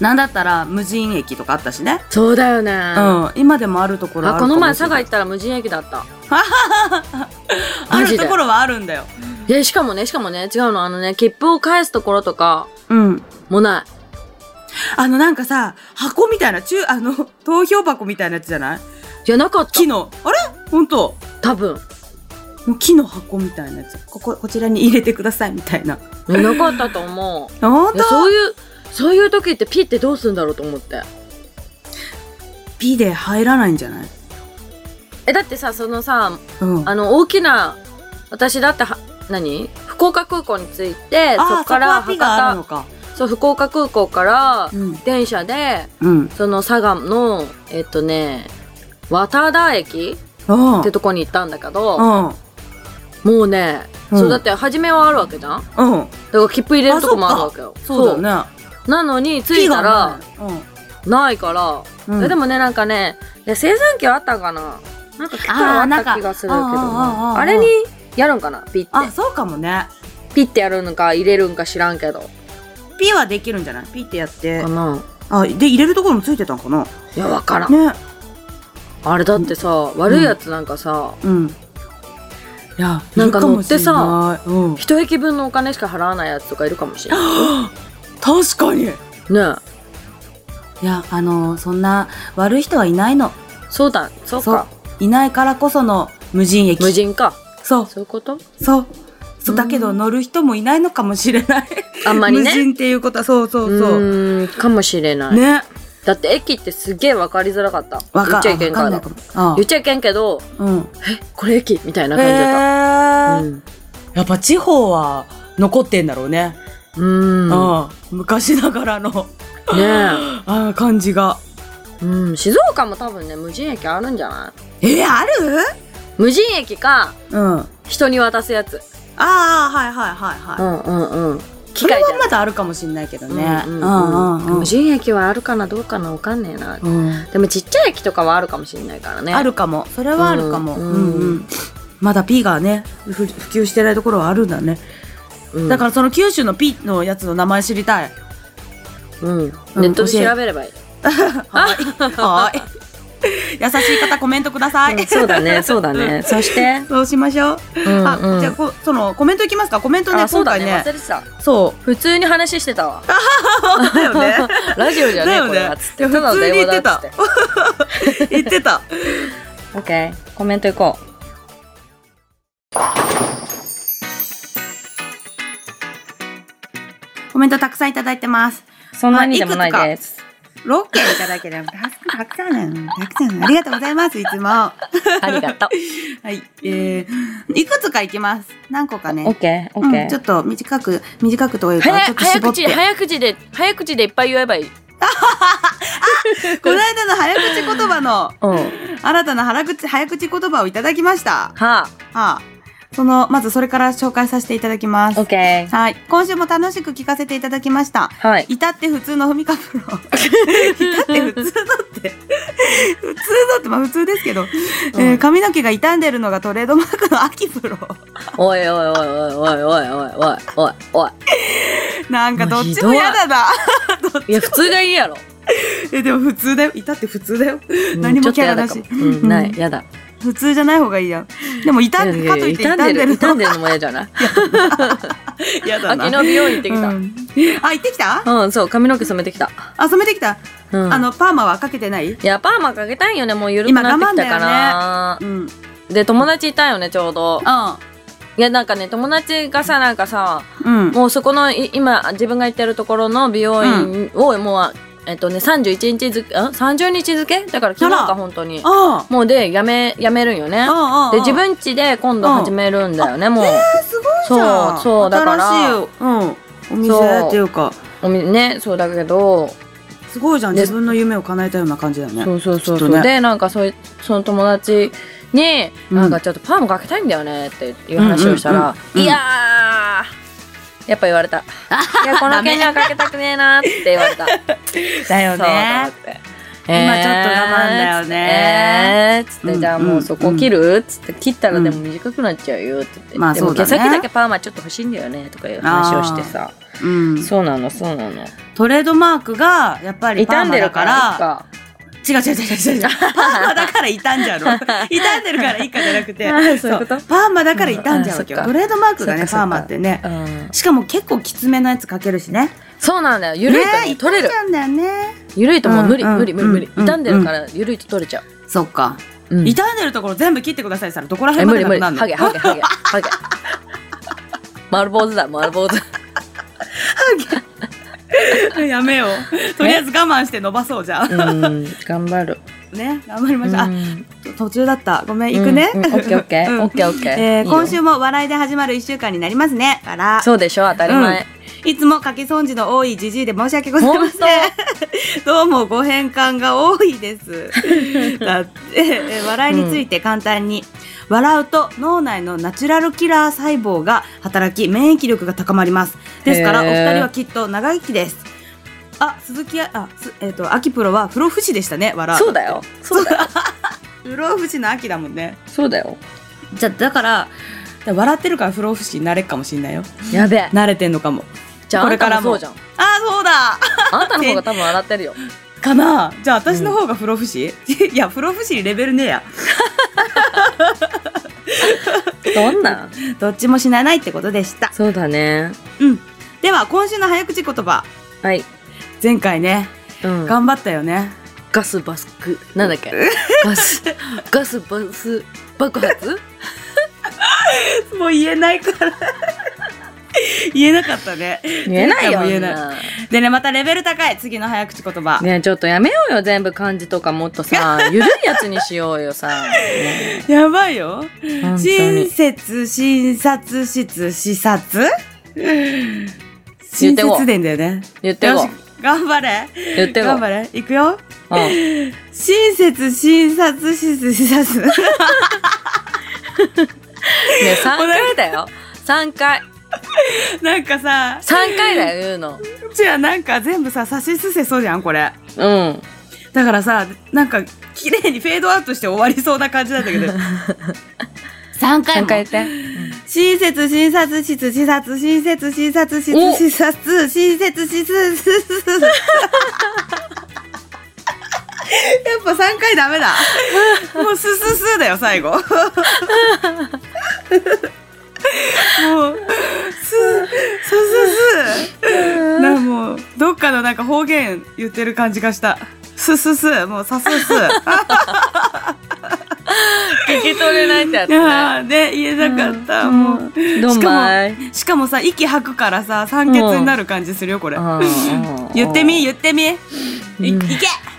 S1: なんだったら無人駅とかあったしね
S2: そうだよね。
S1: うん今でもあるところあ
S2: あ
S1: る
S2: この前
S1: さ
S2: 佐賀行ったら無人駅だった
S1: あ
S2: マ
S1: る
S2: ジで
S1: ところはあるんだよ
S2: いやしかもねしかもね違うのあのね切符を返すところとか
S1: うん
S2: もな
S1: あのなんかさ箱みたいな中あの投票箱みたいなやつじゃない
S2: いいやなかった
S1: 木のあれ本当
S2: 多分
S1: もう木の箱みたいなやつこここちらに入れてくださいみたいない
S2: やなかったと思 う
S1: 本
S2: いや
S1: 当
S2: そういうそういう時ってピッてどうするんだろうと思って
S1: ピで入らないんじゃない
S2: えだってさそのさ
S1: うん
S2: あの大きな私だっては何福岡空港に着いて
S1: あー
S2: そこから
S1: そこは
S2: 博
S1: ピがある
S2: 多
S1: のか
S2: そう福岡空港から
S1: うん
S2: 電車で
S1: うん
S2: その佐賀のえっとね綿田駅
S1: うん
S2: ってとこに行ったんだけど、
S1: うん
S2: もうね、
S1: うん
S2: そうだって初めはあるわけじゃんだ
S1: うん
S2: から切符入れるとこもあるわけよ
S1: そうだね
S2: そうなのに着
S1: ピ
S2: い
S1: が
S2: た
S1: な
S2: ら
S1: いうん
S2: ないから、
S1: うん
S2: えでもねなんかねいや生産機はあったんかななんか機械はあ
S1: あーなん
S2: っ
S1: か
S2: た気がするけどな
S1: あーあーあーあ
S2: あ
S1: ー
S2: れにやるんかなピッ
S1: あ
S2: て
S1: そうかもね
S2: ピッてやるのか入れるんか知らんけど
S1: ピはできるんじゃないピってやって
S2: かな
S1: あで入れるところもついてたんかない
S2: やわからん、
S1: ね
S2: あれだってさ悪いやつなんかさ、
S1: うんいや
S2: なんか乗ってさ
S1: いるもしれないうん
S2: 一駅分のお金しか払わないやつとかいるかもしれない
S1: 確かにい
S2: ね
S1: やあのそんな悪い人はいないの
S2: えそうだそうか
S1: いないからこその無人駅
S2: 無人か
S1: そう
S2: そういうこと
S1: そうそううんだけど乗る人もいないのかもしれない
S2: あんまり
S1: 無
S2: ね
S1: 人っていうことはそうそうそう
S2: ーんかもしれない、
S1: ね
S2: だって駅ってすげえ分かりづらかった
S1: わ
S2: 言
S1: か
S2: っちゃいけんから
S1: わ
S2: ね
S1: かんないかもあ
S2: 言っちゃいけんけど
S1: あうん
S2: えこれ駅みたいな
S1: へ
S2: 感じだっ
S1: え
S2: たうん
S1: やっぱ地方は残ってんだろうね、
S2: うん
S1: うん、昔ながらの
S2: ね
S1: あ感じが
S2: え、うん、静岡も多分ね無人駅あるんじゃない
S1: えー、ある
S2: 無人駅か
S1: うんあ
S2: 人に渡すやつ
S1: あーはいはいはいうはい
S2: んうんうん機
S1: それ
S2: 械
S1: はまだあるかもしれないけど
S2: じ
S1: ね
S2: ゃ
S1: う
S2: うんん
S1: う
S2: うん
S1: ん
S2: うん
S1: うん
S2: 無人駅はあるかなどうかなわかんねえな、
S1: うん
S2: でもちっちゃい駅とかはあるかもしれないからね
S1: あるかもそれはあるかも、う
S2: うんん
S1: うん
S2: う
S1: まだ P がねふ普及してないところはあるんだね、
S2: うん
S1: だからその九州の P のやつの名前知りた い
S2: うんネットで調べれ ばいい、
S1: はいはい優しい方コメントください、
S2: うんそうだねそうだねそして
S1: そうしましょう、
S2: うんう
S1: あ
S2: ん
S1: じゃあこそのコメントいきますかコメントね
S2: あそうだね
S1: 今回
S2: 忘れてた
S1: そう
S2: 普通に話してた わ
S1: だよね
S2: ラジオじゃ
S1: だ
S2: ねえ
S1: よ
S2: これは
S1: ね
S2: つっ
S1: いや
S2: てた だ
S1: 普
S2: の
S1: 通に言っ
S2: 電話
S1: て
S2: だったつって
S1: 言ってた
S2: オッケーコメントいこ
S1: コメントたくさんいただいてます
S2: うそんなにでもない
S1: まあい
S2: で
S1: く
S2: す
S1: 6件いただければたくさんあるのたくさんあるありがとうございますいつも
S2: ありがとう
S1: はい、えー、いくつかいきます。何個かね。
S2: オッケーオ
S1: う
S2: ッ
S1: ん
S2: ケ
S1: ちょ
S2: ー
S1: っと短く、短くというか、
S2: 早
S1: ちょっ
S2: い
S1: と絞って
S2: 早口。早口で早口でいっぱい言えばいい
S1: この間の早口言葉の、
S2: うんは
S1: 新たな腹口早口言葉をいただきました。
S2: あ
S1: はあ、その、まずそれから紹介させていただきます。
S2: OK。
S1: はい。今週も楽しく聞かせていただきました。
S2: はい。
S1: 至って普通のふみかぶろ。 至って普通のって、普通のって、まあ普通ですけど、えー髪の毛が傷んでるのがトレードマークの秋プロ。
S2: おいおいおいおいおいおいおいおいおいおい。
S1: なんかどっち
S2: も
S1: も
S2: うひどい
S1: 嫌だな。
S2: いや、普通がいいやろ。
S1: え、でも普通だよ。至って普通だよ。
S2: うん
S1: 何
S2: ちょ
S1: も
S2: っと
S1: キャ
S2: や
S1: ラ
S2: だ
S1: な
S2: か
S1: し
S2: も。。うん、ない、やだ。
S1: 普通じゃない方がいいやん。でも傷んで、かといって傷ん
S2: いやい
S1: で
S2: や
S1: る
S2: 傷
S1: の
S2: んでるのも嫌じゃない
S1: 嫌だ
S2: 秋の美容院行ってきた。
S1: うんあ、行ってきた
S2: うん、そう、髪の毛染めてきた。
S1: あ、染めてきた。
S2: うん。
S1: あの、パーマはかけてない
S2: いや、パーマかけたいよね。もう緩くなってきたか
S1: 今う
S2: ら。
S1: ん。
S2: で、友達いたよね、ちょうど。いや、なんかね、友達がさ、なんかさ、
S1: うん。うん。
S2: もうそこの、い今、自分が行ってるところの美容院を、もう、えっとね、31日付、ん ?30 日付だから昨日
S1: あ
S2: から本当に。
S1: あ
S2: もうで、やめ、やめるんよね
S1: あ。。ああ。
S2: で、自分家で今度始めるんだよね、もう。
S1: あすごいじゃん。
S2: そうそうだか
S1: 新
S2: ら
S1: しい、うん。お店っていうか、
S2: おみね、そうだけど、
S1: すごいじゃん。
S2: で
S1: 自分の夢を叶えたような感じだよね。
S2: そうそうそ
S1: きっ
S2: うそう、
S1: とね
S2: でなんかそういその友達に、
S1: うん
S2: なんかちょっとパーマかけたいんだよねっていう話をしたら、
S1: うんうんうんうん
S2: いやーやっぱ言わ れたいやこの毛にはかけたくねえなって言われた
S1: だ
S2: そうだって
S1: 今ちょっと我慢だよね
S2: えーつってえーつってじゃあ
S1: うん
S2: もうそこ切る、つって切ったら
S1: うん
S2: でも短くなっちゃうよって言って、
S1: まあ
S2: でも
S1: そうだ
S2: 毛
S1: ね
S2: 先だけパーマちょっと欲しいんだよねとかいう話をしてさ
S1: うん。
S2: そうなのそうなの
S1: トレードマークが、やっぱりパ
S2: 傷
S1: ー
S2: ん
S1: マ
S2: でる
S1: だか、
S2: からら
S1: 違う違う違う違う違う。パーマだから傷んじゃうの。 傷んでるからいいかじゃなくて。
S2: あそういうこと
S1: そパーマだから傷んじゃうわけ
S2: うんあそっ
S1: よ。
S2: か
S1: トレードマークがね、
S2: そっかそ
S1: パ
S2: っか
S1: ーマってね
S2: いい。か、うん、
S1: しかも結構きつめのやつかけるしね。
S2: そうなんだよ緩いと、ね
S1: ね
S2: 取れる
S1: 傷んだよね。
S2: ゆるいともう無理、
S1: うんうん
S2: 無理無理無理
S1: うん
S2: 傷んでるからゆるいと取れちゃう、
S1: そっか。
S2: うん
S1: 傷んでるところ全部切ってくださいさ、どこら
S2: え
S1: 辺まで
S2: 無理
S1: な
S2: 無
S1: く
S2: 理
S1: なるの
S2: ハゲハゲハゲハゲ丸坊主だ丸坊主
S1: やめよう。とりあえず我慢して伸ばそうじゃん。
S2: うん頑張る
S1: ね、頑張りました。あ、
S2: ん
S1: 途中だった。ごめん、行くね。
S2: うんうんオッケーオッケ
S1: う
S2: ー
S1: ん
S2: オッケーオッケー
S1: え
S2: いい
S1: ー
S2: よ
S1: 今週も笑いで始まる一週間になりますね。から、
S2: そうでしょ当たり前、
S1: いつも書き損じの多いじじいで申し訳ございません。 どうもご変換が多いです。だって、えー笑いについて簡単に。笑うと脳内のナチュラルキラー細胞が働き免疫力が高まります。ですからお
S2: へ
S1: 二
S2: ー
S1: 人はきっと長生きです。あ、鈴木あ、あすえっ、と、秋プロは不老不死でしたね、笑う。
S2: そうだよそ うだよ
S1: 不老不死の秋だもんね。
S2: そうだよ
S1: じゃあだから、だから笑ってるから不老不死になれっかもしんないよ。
S2: やべえ
S1: 慣れてんのかも。
S2: じゃあ
S1: これから
S2: あ
S1: も
S2: んたもそう
S1: あー、そうだ
S2: じゃんあんたの方が多分笑ってるよ
S1: かなじゃあ私の方が不老不死、 いや不老不死レベルねえや
S2: どんな
S1: どっちも死なないってことでした
S2: そうだね
S1: うんでは今週の早口言葉
S2: はい、
S1: 前回ね
S2: うん、
S1: 頑張ったよね、
S2: ガスバスクなんだっけガスガスバス爆発
S1: もう言えないから 言えなかったね
S2: 言えない
S1: 前
S2: よ
S1: 回も言え
S2: あん
S1: な
S2: ない
S1: でねまたレベル高い次の早口言葉、
S2: ねえちょっとやめようよ全部漢字とかもっと さゆるいやつにしようよ さ、ね
S1: やばいよ
S2: え、本当
S1: 親
S2: に
S1: 切診察室視察
S2: 言
S1: 親
S2: ってこう
S1: 切伝だよね
S2: 言ってこ
S1: よし頑張れ
S2: 言ってこ
S1: 頑張れいくよ
S2: うん
S1: 親切診察室視 察
S2: ね三回だよ三回
S1: なんかさ
S2: 三回だよ言うの
S1: うちはなんか全部さ差しすせそうじゃんこれ
S2: うん
S1: だからさなんか綺麗にフェードアウトして終わりそうな感じなんだけど 3
S2: 三回言
S1: 回
S2: って
S1: 親切診察室視察親切診察室
S2: お
S1: 視察親切視察視察やっぱ3回ダメだもうすすすだよ最後もうすすすすなもうどっかのなんか方言言ってる感じがした。すすすもうさすす。あ
S2: 聞き取れないってやつね
S1: あね言えなかった、
S2: うん
S1: もう。
S2: どん
S1: し
S2: ま
S1: か
S2: い
S1: もしかもさ息吐くからさ酸欠になる感じするよこれ。
S2: うんうん
S1: 言ってみ言ってみ。いいけい
S2: ん
S1: け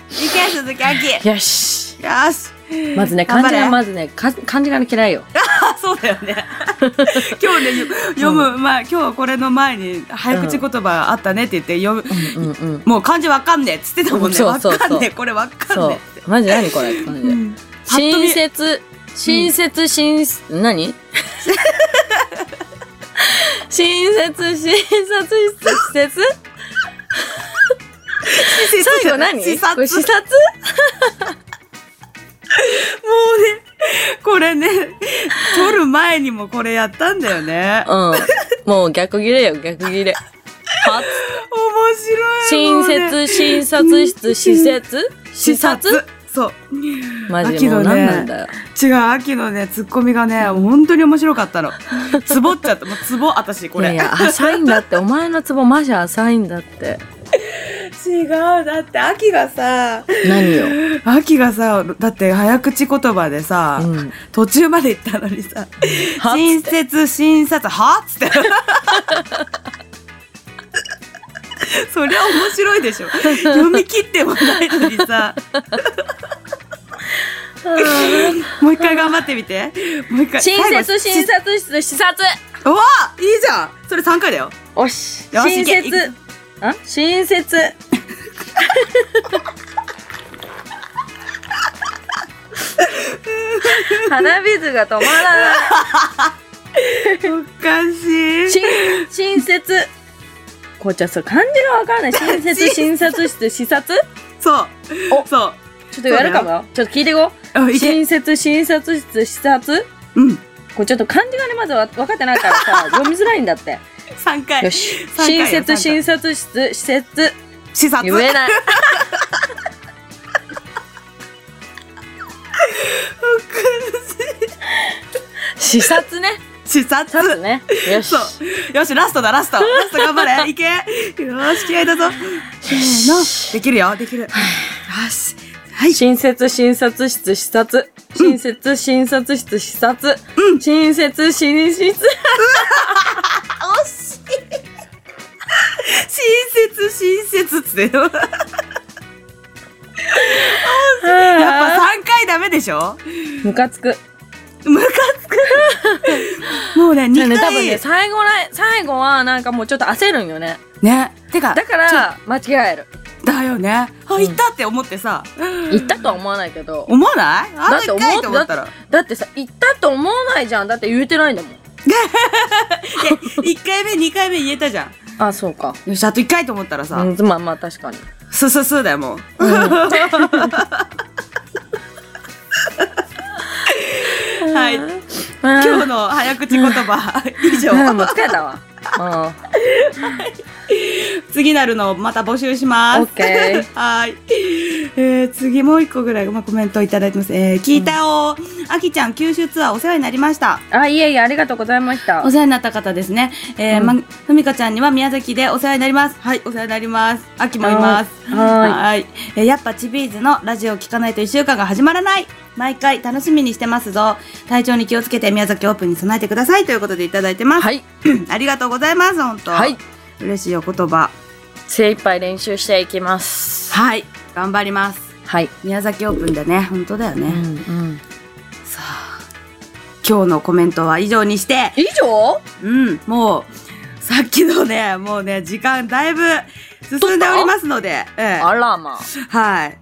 S1: 鈴木亜希。
S2: よし
S1: よし。
S2: まずね
S1: 頑
S2: 漢
S1: 張
S2: 字
S1: れ
S2: がまずねか漢字が嫌いよ
S1: あそうだよね。 今日ねよ読む、まあ今日これの前に早口言葉あったねって言って読む。
S2: うんうんうん
S1: もう漢字わかんねえっつってたもんね。
S2: そう
S1: わ
S2: そうそ
S1: か
S2: う
S1: んねえこれわかん
S2: そ
S1: ね
S2: うマジ何これって感じ
S1: え
S2: で
S1: うん。パッと見
S2: 親切親切親切、何新設、 新察施設最後何
S1: 視察
S2: これ視察
S1: これね、撮る前にもこれやったんだよね。
S2: うん。もう逆切れよ、逆切れ。は
S1: 面白いもう
S2: 新
S1: ね
S2: 設、新察室、施設視察
S1: そう。
S2: マジ
S1: 秋
S2: も
S1: の
S2: う
S1: ね
S2: 何なんだよ。
S1: 違う、秋のね、ツッコミがね、本当に面白かったの。ツボっちゃった。もうツボ、私、こ
S2: いや
S1: れ。
S2: いや、浅いんだって。お前のツボマジ浅いんだって。
S1: 違う。だって、秋がさ、
S2: 何よ。
S1: 秋がさ、だって早口言葉でさ、
S2: うん。
S1: 途中まで行ったのにさ、
S2: は
S1: 新設、新察、はっつって。そりゃ面白いでしょ。読み切ってもないのに さ、もう一回頑張ってみて。もう一回。
S2: 新
S1: 最後
S2: 設、新察室、視察
S1: おわいいじゃんそれ3回だよ
S2: おし。
S1: よし
S2: 新設
S1: いけい。
S2: ん 新設。花水が止まらない。
S1: おかしい
S2: 新、新設。こうちゃん、そう、漢字がわからない。新設、新察室、視察
S1: そう
S2: お
S1: そう
S2: ちょっとやるかもよ。ちょっと聞いていこ
S1: あ
S2: う。
S1: いけ
S2: 新設、新察室、視察
S1: うん
S2: これちょっと漢字がね、まだわ分かってないからさ、 読みづらいんだって。
S1: 3回
S2: よし。
S1: 三回よ
S2: 新設、
S1: 三回
S2: 新察室、施設。
S1: 視察
S2: 言えない。視察ね。
S1: 視察
S2: 察ね。よし
S1: そ。うよしラストだラストラスト頑張 れいけよし気合いだぞせーのできるよできるよしはい
S2: 新設、新察室、視察。新設、新察室、視察。新設、新室。
S1: 惜しい親切親切っつってよやっ ぱ
S2: やっ
S1: 3回ダメでしょ
S2: ぱ、ムカつく。
S1: ムカつくもうね2
S2: ね、
S1: 回
S2: 多分ね、最後らへん、最後はなんかもうちょっと焦るんよね。
S1: ねてか
S2: だから、間違える。
S1: だよねあ
S2: ん
S1: 行ったって思ってさ、
S2: 言ったとは思わないけど。
S1: 思わない
S2: だ
S1: あ
S2: って
S1: と
S2: 思
S1: 一
S2: っ
S1: 回と思った ら
S2: だってさ、言ったと思わないじゃん。だって言うてないんだもん。
S1: 1回目2回目言えたじゃ
S2: あ、そうか。
S1: んよしあと1回と思ったらさ、
S2: うん、まあまあ確かに。
S1: すすすだよもう、はい
S2: 今
S1: 今日の早口言葉以上
S2: もう疲れたわ。
S1: 次なるのをまた募集します
S2: オッケ
S1: はい、えー次もう一個ぐらい、まあ、コメントいただいてますえー、聞いたおあきちゃん九州ツアーお世話になりました
S2: うん。あ、いえいえ、ありがとうございました
S1: お。世話になった方ですね。えー
S2: うん
S1: ま、ふみかちゃんには宮崎でお世話になります。はい、お世話になります。秋もいます。
S2: はーい
S1: い。えーやっぱチビーズのラジオを聞かないと一週間が始まらない。毎回楽しみにしてますぞ。体調に気をつけて宮崎オープンに備えてくださいということでいただいてます。
S2: はい。
S1: ありがとうございます、本当。
S2: はい。。
S1: 嬉しいお言葉。
S2: 精一杯練習していきます。
S1: はい。頑張ります。
S2: はい。
S1: 宮崎オープンでね、本当だよね。
S2: うんうん。
S1: さあ、今日のコメントは以上にして、
S2: 以上
S1: うん、もう、さっきのね、もうね、時間だいぶ進んでおりますので、ええ
S2: あらま
S1: はい。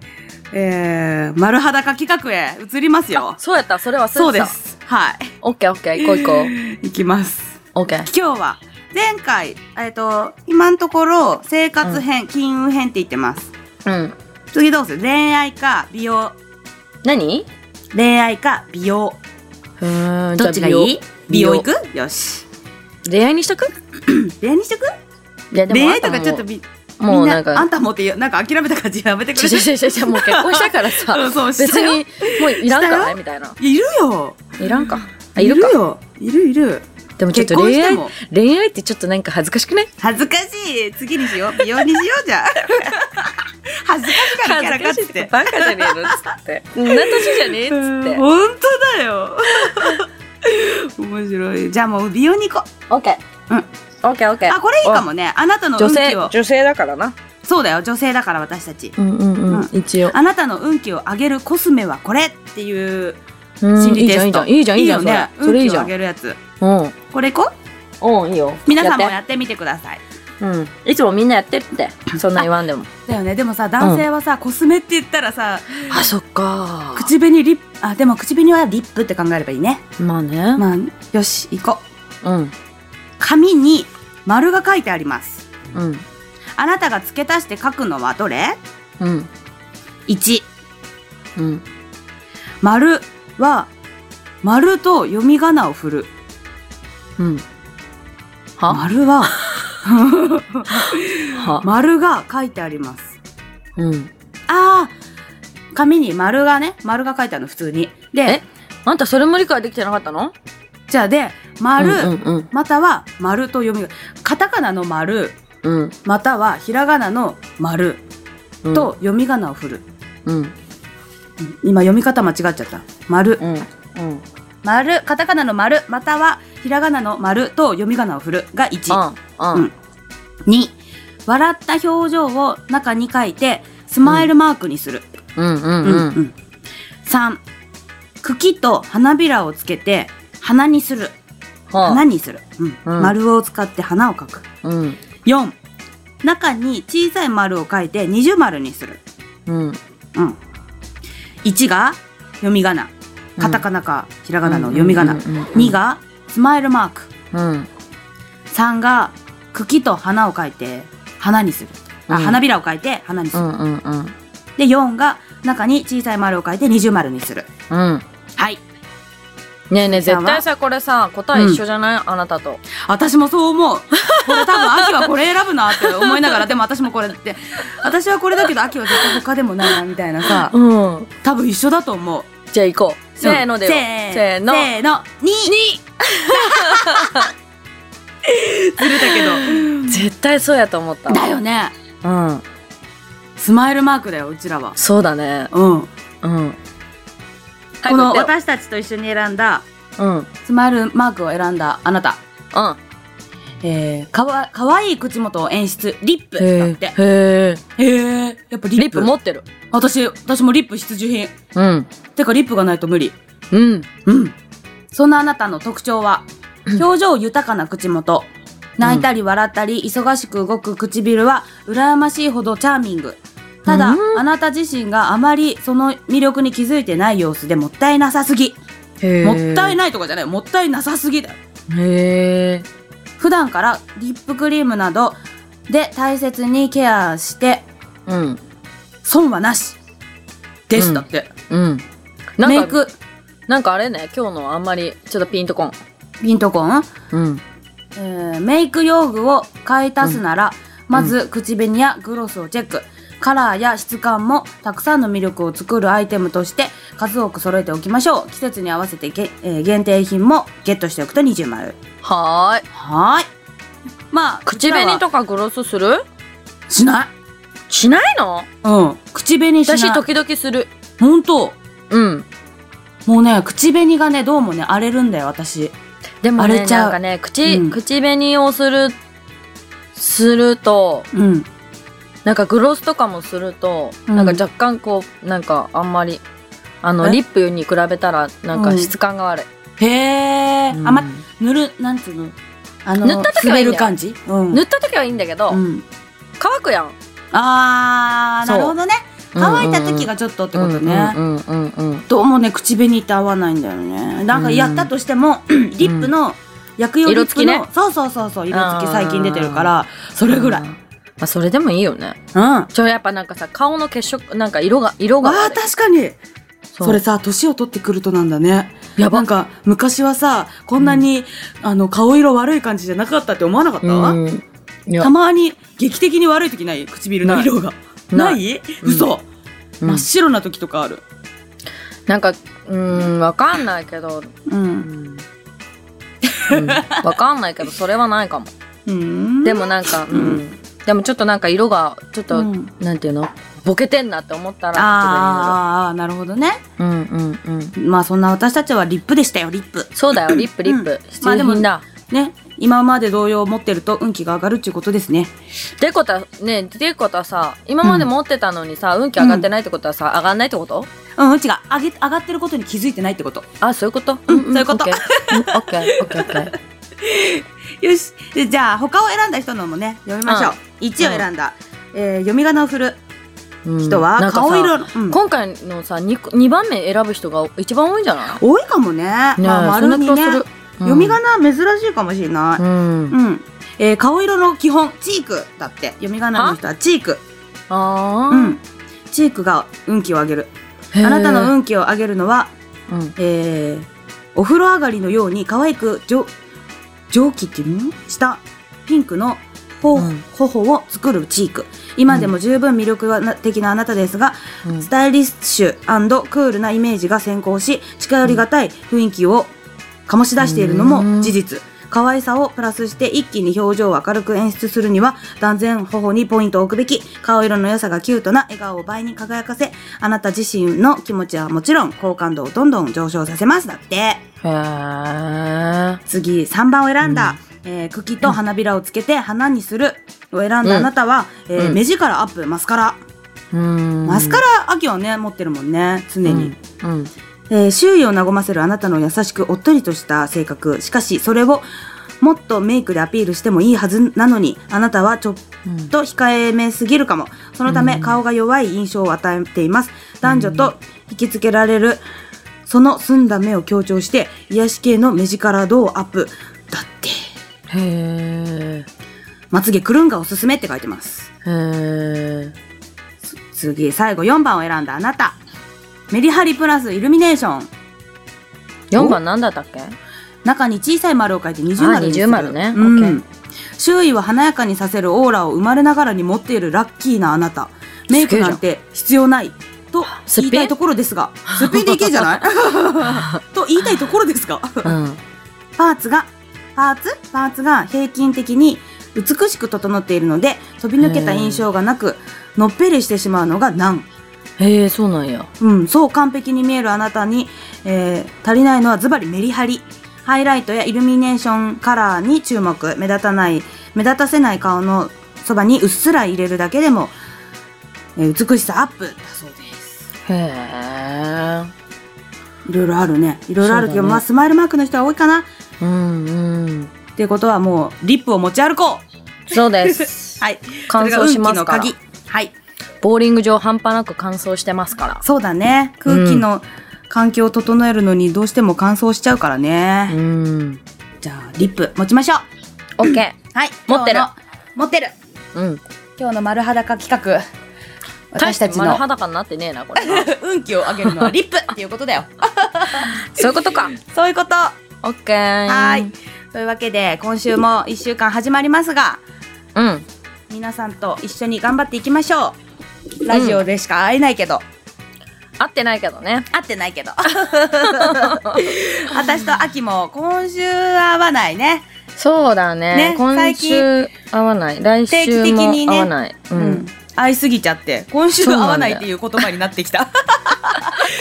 S1: えー、丸裸企画へ移りますよ
S2: あ。。そうやった、それは
S1: そうです。はい。
S2: オッケーオッケー、行こう行こ
S1: いきます。
S2: う。オッケー。
S1: 今日は、前回、えっ、と、今のところ、生活編、金融編って言ってます。
S2: うん。
S1: 次どうする恋愛か美容。
S2: 何
S1: 恋愛か美容。
S2: うん
S1: どっちがいい美
S2: 美容
S1: 容行くよし。
S2: 恋愛にしとく
S1: 恋愛にしとく
S2: いや、でも
S1: 恋
S2: あん
S1: 愛
S2: た
S1: と
S2: も
S1: か
S2: う。
S1: ちょっとみ、
S2: も
S1: み
S2: うんなん
S1: な、あ
S2: か
S1: ん。たもって言う、なんか諦めた感じやめてく
S2: ちょ
S1: れ
S2: ちょ
S1: る。
S2: ちょちょ、もう結婚したからさ
S1: うん そう、
S2: 別
S1: したよ
S2: に、もういらんから
S1: した
S2: ね、
S1: よ
S2: みたいな。
S1: いるよ。
S2: いらんか。あ、いるか。
S1: よ。いるいる。
S2: でもちょっと恋愛
S1: 結婚して、
S2: 恋愛ってちょっとなんか恥ずかしくない
S1: 恥ずかしい。次にしよう。美容にしようじゃん。 恥ずかしがるキャラかっつって。
S2: バカじゃねえのっつって。そんな年じゃねえっつって。
S1: 本当だよ。面白い。じゃあもう美容に行こう。
S2: オッケー。
S1: うん
S2: オッケーオッケー。
S1: あ、これいいかもね。あなたの
S2: お。女
S1: 運
S2: 性、
S1: 気を。
S2: 女性だからな。
S1: そうだよ。女性だから私たち。
S2: うんうん
S1: う
S2: うんん。一応。
S1: あなたの運気を上げるコスメはこれっていう
S2: うん
S1: 心
S2: い
S1: 理
S2: いじ
S1: テ
S2: ゃん
S1: ス
S2: いいじゃ
S1: ト。
S2: んいいじゃんいいじゃ
S1: よ
S2: んそれ
S1: ね。。
S2: それい
S1: 運
S2: い
S1: 気
S2: じ
S1: を
S2: ゃ
S1: 上
S2: ん。
S1: げるやつ。
S2: うん。
S1: これいこう
S2: うんいいよ。
S1: 皆さんも
S2: っ
S1: やってみてください。
S2: うん、いつもみんなやってる ってそんな言わんでも
S1: だよねでもさ男性はさ、コスメって言ったらさ
S2: あそっか
S1: 口紅リップあでも口紅はリップって考えればいいね
S2: まあね、
S1: まあよし行こう
S2: うん
S1: 紙に丸が書いてあります
S2: うん
S1: あなたが付け足して書くのはどれ
S2: うん
S1: 1
S2: うん
S1: 丸は丸と読み仮名を振る
S2: うんは
S1: 丸は
S2: は、
S1: 丸が書いてあります
S2: うん
S1: あー紙に丸がね丸が書いてあるの普通にで
S2: えあんたそれも理解できてなかったの
S1: じゃあで丸、
S2: うんうん
S1: または丸と読みがカタカナの丸
S2: うん
S1: またはひらがなの丸
S2: うん
S1: と読み仮名を振る、
S2: うん
S1: 今読み方間違っちゃった丸
S2: うん
S1: 丸カタカナの丸またはひらがなの丸と読み仮名を振るが1
S2: うんうん
S1: 2笑った表情を中に書いてスマイルマークにする、
S2: うんうん
S1: うん
S2: う
S1: うんん、3茎と花びらをつけて花にする花
S2: は
S1: にする、うん
S2: うん
S1: 丸を使って花を描く
S2: うん
S1: 4中に小さい丸を書いて二重丸にする、
S2: うん
S1: うん、1が読み仮名カタカナかひらがなの読み仮名、
S2: うんうんうんうん
S1: 2がスマイルマーク
S2: うん
S1: 3が茎と花を書いて花にするあ、
S2: うん
S1: 花びらを書いて花にす
S2: う
S1: る、
S2: んうんうん
S1: で4が中に小さい丸を書いて二重丸にする
S2: うん
S1: はい
S2: ねえねえ
S1: さあ
S2: 絶対さこれさ答え一緒じゃない、あなたと
S1: 私もそう思う。 これ多分秋はこれ選ぶなって思いなが ら、でも私もこれって、私はこれだけど秋は絶対他でもないなみたいなさ、
S2: うん
S1: 多分一緒だと思う。
S2: じゃあ行こうせーのでよ
S1: せ
S2: せー
S1: ー
S2: の
S1: の。せーの。に ずれたけ
S2: 絶対そうやと思っ た
S1: ど。だよね。
S2: うん
S1: スマイルマークだよ、うちらは。
S2: そうだね
S1: うん。
S2: うんはい
S1: この
S2: 乗ってよ
S1: 私たちと一緒に選んだ、
S2: うんうん
S1: スマイルマークを選んだあなた。えー、かわ、かわいい口元を演出、リップだ
S2: へ
S1: って。
S2: えへえ
S1: えー、やっぱリップ。
S2: リップ持ってる
S1: 私、私もリップ必需品。
S2: うん
S1: てかリップがないと無理。
S2: うん
S1: うん。そんなあなたの特徴は、表情豊かな口元。泣いたり笑ったり、忙しく動く唇は、羨ましいほどチャーミング。ただ、
S2: うん
S1: あなた自身があまりその魅力に気づいてない様子でもったいなさすぎ。
S2: へ
S1: もったい
S2: な
S1: ないとかじゃない、もったいなさすぎだよ。
S2: いへえ
S1: 普段からリップクリームなどで大切にケアして、
S2: うん
S1: 損はなし。です、
S2: うん
S1: だって。
S2: うん
S1: メ
S2: な
S1: イ
S2: んか
S1: ク、
S2: なんかあれね今日のあんまりちょっとピンとこん
S1: ピントコン
S2: うん
S1: えーメイク用具を買い足すなら、まず口紅やグロスをチェック。カラーや質感もたくさんの魅力を作るアイテムとして数多く揃えておきましょう。季節に合わせてげ、えー限定品もゲットしておくと20丸。
S2: はーい
S1: はーい。まあ、
S2: 口紅とかグロスする
S1: しない。
S2: しないの
S1: うん。口紅しない。
S2: 私時々する
S1: ほんと。
S2: うん
S1: もうね、口紅がね、どうもね、荒れるんだよ、私。
S2: でも
S1: 荒
S2: ね
S1: れちゃう
S2: なんかね口、
S1: うん
S2: 口紅をするすると
S1: うん。
S2: なんかグロスとかもすると、
S1: うん
S2: なんか若干こうなんかあんまりあの
S1: え
S2: リップに比べたらなんか
S1: うん
S2: 質感が悪い、
S1: へえ、
S2: うん
S1: あ、ま、塗る、なんつうのあの、
S2: 塗った時はいい
S1: 滑
S2: んだよ
S1: る感じうん。
S2: 塗った時はいいんだけど、
S1: うん。
S2: 乾くやん
S1: あー
S2: そう
S1: なるほどね乾いた時がちょっとってことね、
S2: うんうんうんうん
S1: どうもね口紅って合わないんだよねなんかやったとしても、リップの薬用リップの
S2: 色付きね
S1: そうそうそうそう色付き
S2: あー
S1: 最近出てるからそれぐらい、う
S2: うん
S1: ん
S2: まあ、それでもいいよね
S1: あ
S2: ちょやっぱなんかさ顔の血色なんか色が色が
S1: ー
S2: 悪い
S1: 確かに
S2: そう
S1: それさ年を取ってくるとなんだね
S2: やば
S1: なんか昔はさこんなに、あの顔色悪い感じじゃなかったって思わなかった、
S2: うんいや
S1: たまに劇的に悪い時ない唇の色がな
S2: な
S1: いい嘘、
S2: うん
S1: 真っ白な時とかある
S2: なんかうんわかんないけど
S1: うん
S2: うんわかんないけどそれはないかも
S1: うん
S2: でもなんか、うん、でもちょっとなんか色がちょっと、
S1: うん
S2: なんていうのボケてんなって思ったら
S1: あーあーなるほどね
S2: ちょっとねうんうんうん
S1: まあそんな私たちはリップでしたよリップ
S2: そう だよリップリップ、必
S1: まあ
S2: 需
S1: でも
S2: 品だ、
S1: ね今まで同様持ってると運気が上がるっていうことですね
S2: ってことはねってことはさ今まで持ってたのにさ、運気上がってないってことはさ上がんないってこと
S1: うん違う上げ上がってることに気づいてないってこと
S2: あそういうこと、
S1: うんそういうこと
S2: オッケーオッケーオッケーオッケー
S1: よしでじゃあ他を選んだ人のもね読みましょう、一1を選んだ、えー読み仮名を振る
S2: うん
S1: 人
S2: な
S1: は
S2: んかさ
S1: 顔色の、うん
S2: 今回のさ 2, 番目選ぶ人が一番多いんじゃない
S1: 多いかもね
S2: ねえ
S1: まあ、
S2: そ
S1: 丸
S2: んな
S1: に
S2: 気
S1: ね、
S2: がする、うん
S1: 読み仮名珍しいかもしれな
S2: う
S1: い、
S2: ん、
S1: うんえー顔色の基本チークだって読み仮名の人はチーク
S2: あ
S1: う
S2: ー
S1: んチークが運気を上げる
S2: へー
S1: あなたの運気を上げるのは
S2: うん
S1: えーお風呂上がりのように可愛く蒸蒸気っていうのしたピンクの頬,、
S2: うん
S1: 頬を作るチーク今でも十分魅力的なあなたですが、
S2: うん
S1: スタイリッシュクールなイメージが先行し近寄りがたい雰囲気を醸し出しているのも事実可愛さをプラスして一気に表情を明るく演出するには断然頬にポイントを置くべき顔色の良さがキュートな笑顔を倍に輝かせあなた自身の気持ちはもちろん好感度をどんどん上昇させますだって
S2: へー
S1: 次3番を選んだ、えー茎と花びらをつけて花にするを選んだあなたは、えー
S2: うん
S1: 目力アップマスカラ
S2: うん
S1: マスカラ秋はね持ってるもんね常に。
S2: うんうん
S1: えー周囲を和ませるあなたの優しくおっとりとした性格しかしそれをもっとメイクでアピールしてもいいはずなのにあなたはちょっ
S2: うん
S1: と控えめすぎるかもそのため顔が弱い印象を与えています男女と引きつけられるその澄んだ目を強調して癒し系の目力度をアップだって
S2: へー
S1: まつげくるんがおすすめって書いてます
S2: へー
S1: 次最後4番を選んだあなたメリハリプラスイルミネーション
S2: 4番なんだったっけ
S1: 中に小さい丸を書いて二重
S2: あ
S1: 丸にする
S2: 二重丸ね
S1: う
S2: オッケ
S1: ん
S2: ー、
S1: 周囲を華やかにさせるオーラを生まれながらに持っているラッキーなあなたメイクなんて必要ないと
S2: すっ
S1: 言
S2: ぴ
S1: い
S2: ん
S1: たいところです がすっぴんでいけんじゃないと言いたいところですが
S2: うん
S1: パーツがパーツパーツが平均的に美しく整っているので飛び抜けた印象がなくのっぺりしてしまうのが難
S2: へえそうなんや
S1: うん、そう完璧に見えるあなたに、えー足りないのはズバリメリハリ。ハイライトやイルミネーションカラーに注目。目立たない、目立たせない顔のそばにうっすら入れるだけでも、えー美しさアップだそうです。
S2: へえ
S1: いろいろあるね。いろいろあるけ
S2: そ
S1: ど、
S2: うだね
S1: まあスマイルマークの人は多いかな。
S2: うんうん
S1: っていうことはもう、リップを持ち歩こう
S2: そうです
S1: はい。
S2: 乾燥しますから
S1: それが運気の鍵。はい。
S2: ボーリング場半端なく乾燥してますか
S1: そうだね。空気の環境を整えるのにどうしても乾燥しちゃうから
S2: らう
S1: ね。
S2: ん
S1: じゃあ、リップ持ちましょう。
S2: オッケ
S1: はい。
S2: 持ってる
S1: 今日の。持ってる。
S2: ーうん
S1: 今日の丸裸企画。
S2: 大
S1: 私
S2: して
S1: たち
S2: 丸
S1: の
S2: 裸になってねえなこれな
S1: 運気を上げるのはリ ップっていうことだよ。
S2: そういうことか
S1: そういうこと。は
S2: オッケ ー
S1: ーい。というわけで、今週も一週間始まりますが、
S2: うん
S1: 皆さんと一緒に頑張っていきましょう。ラジオでしか会えないけど、
S2: 合ってないけどね
S1: 会ってないけど。 私と秋も今週は会わないね。
S2: そうだね
S1: ね
S2: 今
S1: 最
S2: 週
S1: 近
S2: 合わない来
S1: 定期
S2: 週
S1: 的
S2: も
S1: に
S2: 合
S1: ね
S2: わない、う
S1: うんん。会いすぎちゃって、今週会わないっていう言葉になってきた。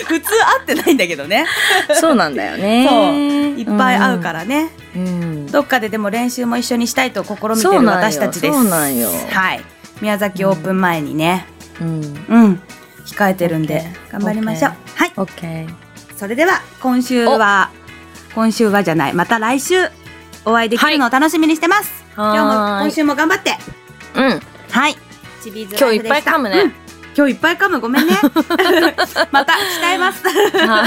S1: 普通会ってないんだけどね。
S2: そうなんだよ
S1: そう
S2: ね
S1: いっぱい会うからね。
S2: うん
S1: どっかででも練習も一緒にしたいと試みて
S2: そう
S1: る
S2: なんよ
S1: 私たちです。
S2: そうなんよ
S1: はい。宮崎オープン前にね、
S2: うん
S1: うん、控えてるんで
S2: OK
S1: 頑張りましょう。はい。
S2: オッケー
S1: それでは今週は今週はじゃない、また来週お会いできるのを楽しみにしてます。
S2: はーい
S1: 今日も今週も頑張って。
S2: うん
S1: はい。チビーズ
S2: 今
S1: ラ
S2: 日
S1: イ
S2: い
S1: フ
S2: っ
S1: で
S2: ぱい
S1: した
S2: 噛むね、
S1: 今日いっぱい噛むごめん ね。また鍛えます。は
S2: は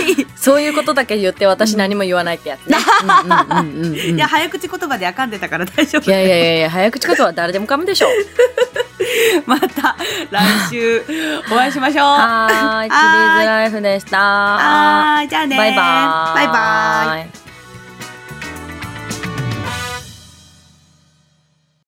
S2: い
S1: い。
S2: そういうことだけ言って私何も言わないってや つね。うんうんうんうんうん
S1: いや早口言葉で噛んでたから大丈夫
S2: い。やいやいやいや早口言葉は誰でも噛む でしょう。
S1: また来週お会いしましょう。
S2: はーい、チビーズライフでした。
S1: はーいじゃあね
S2: バイバーイ。
S1: バイバーイ
S2: イ。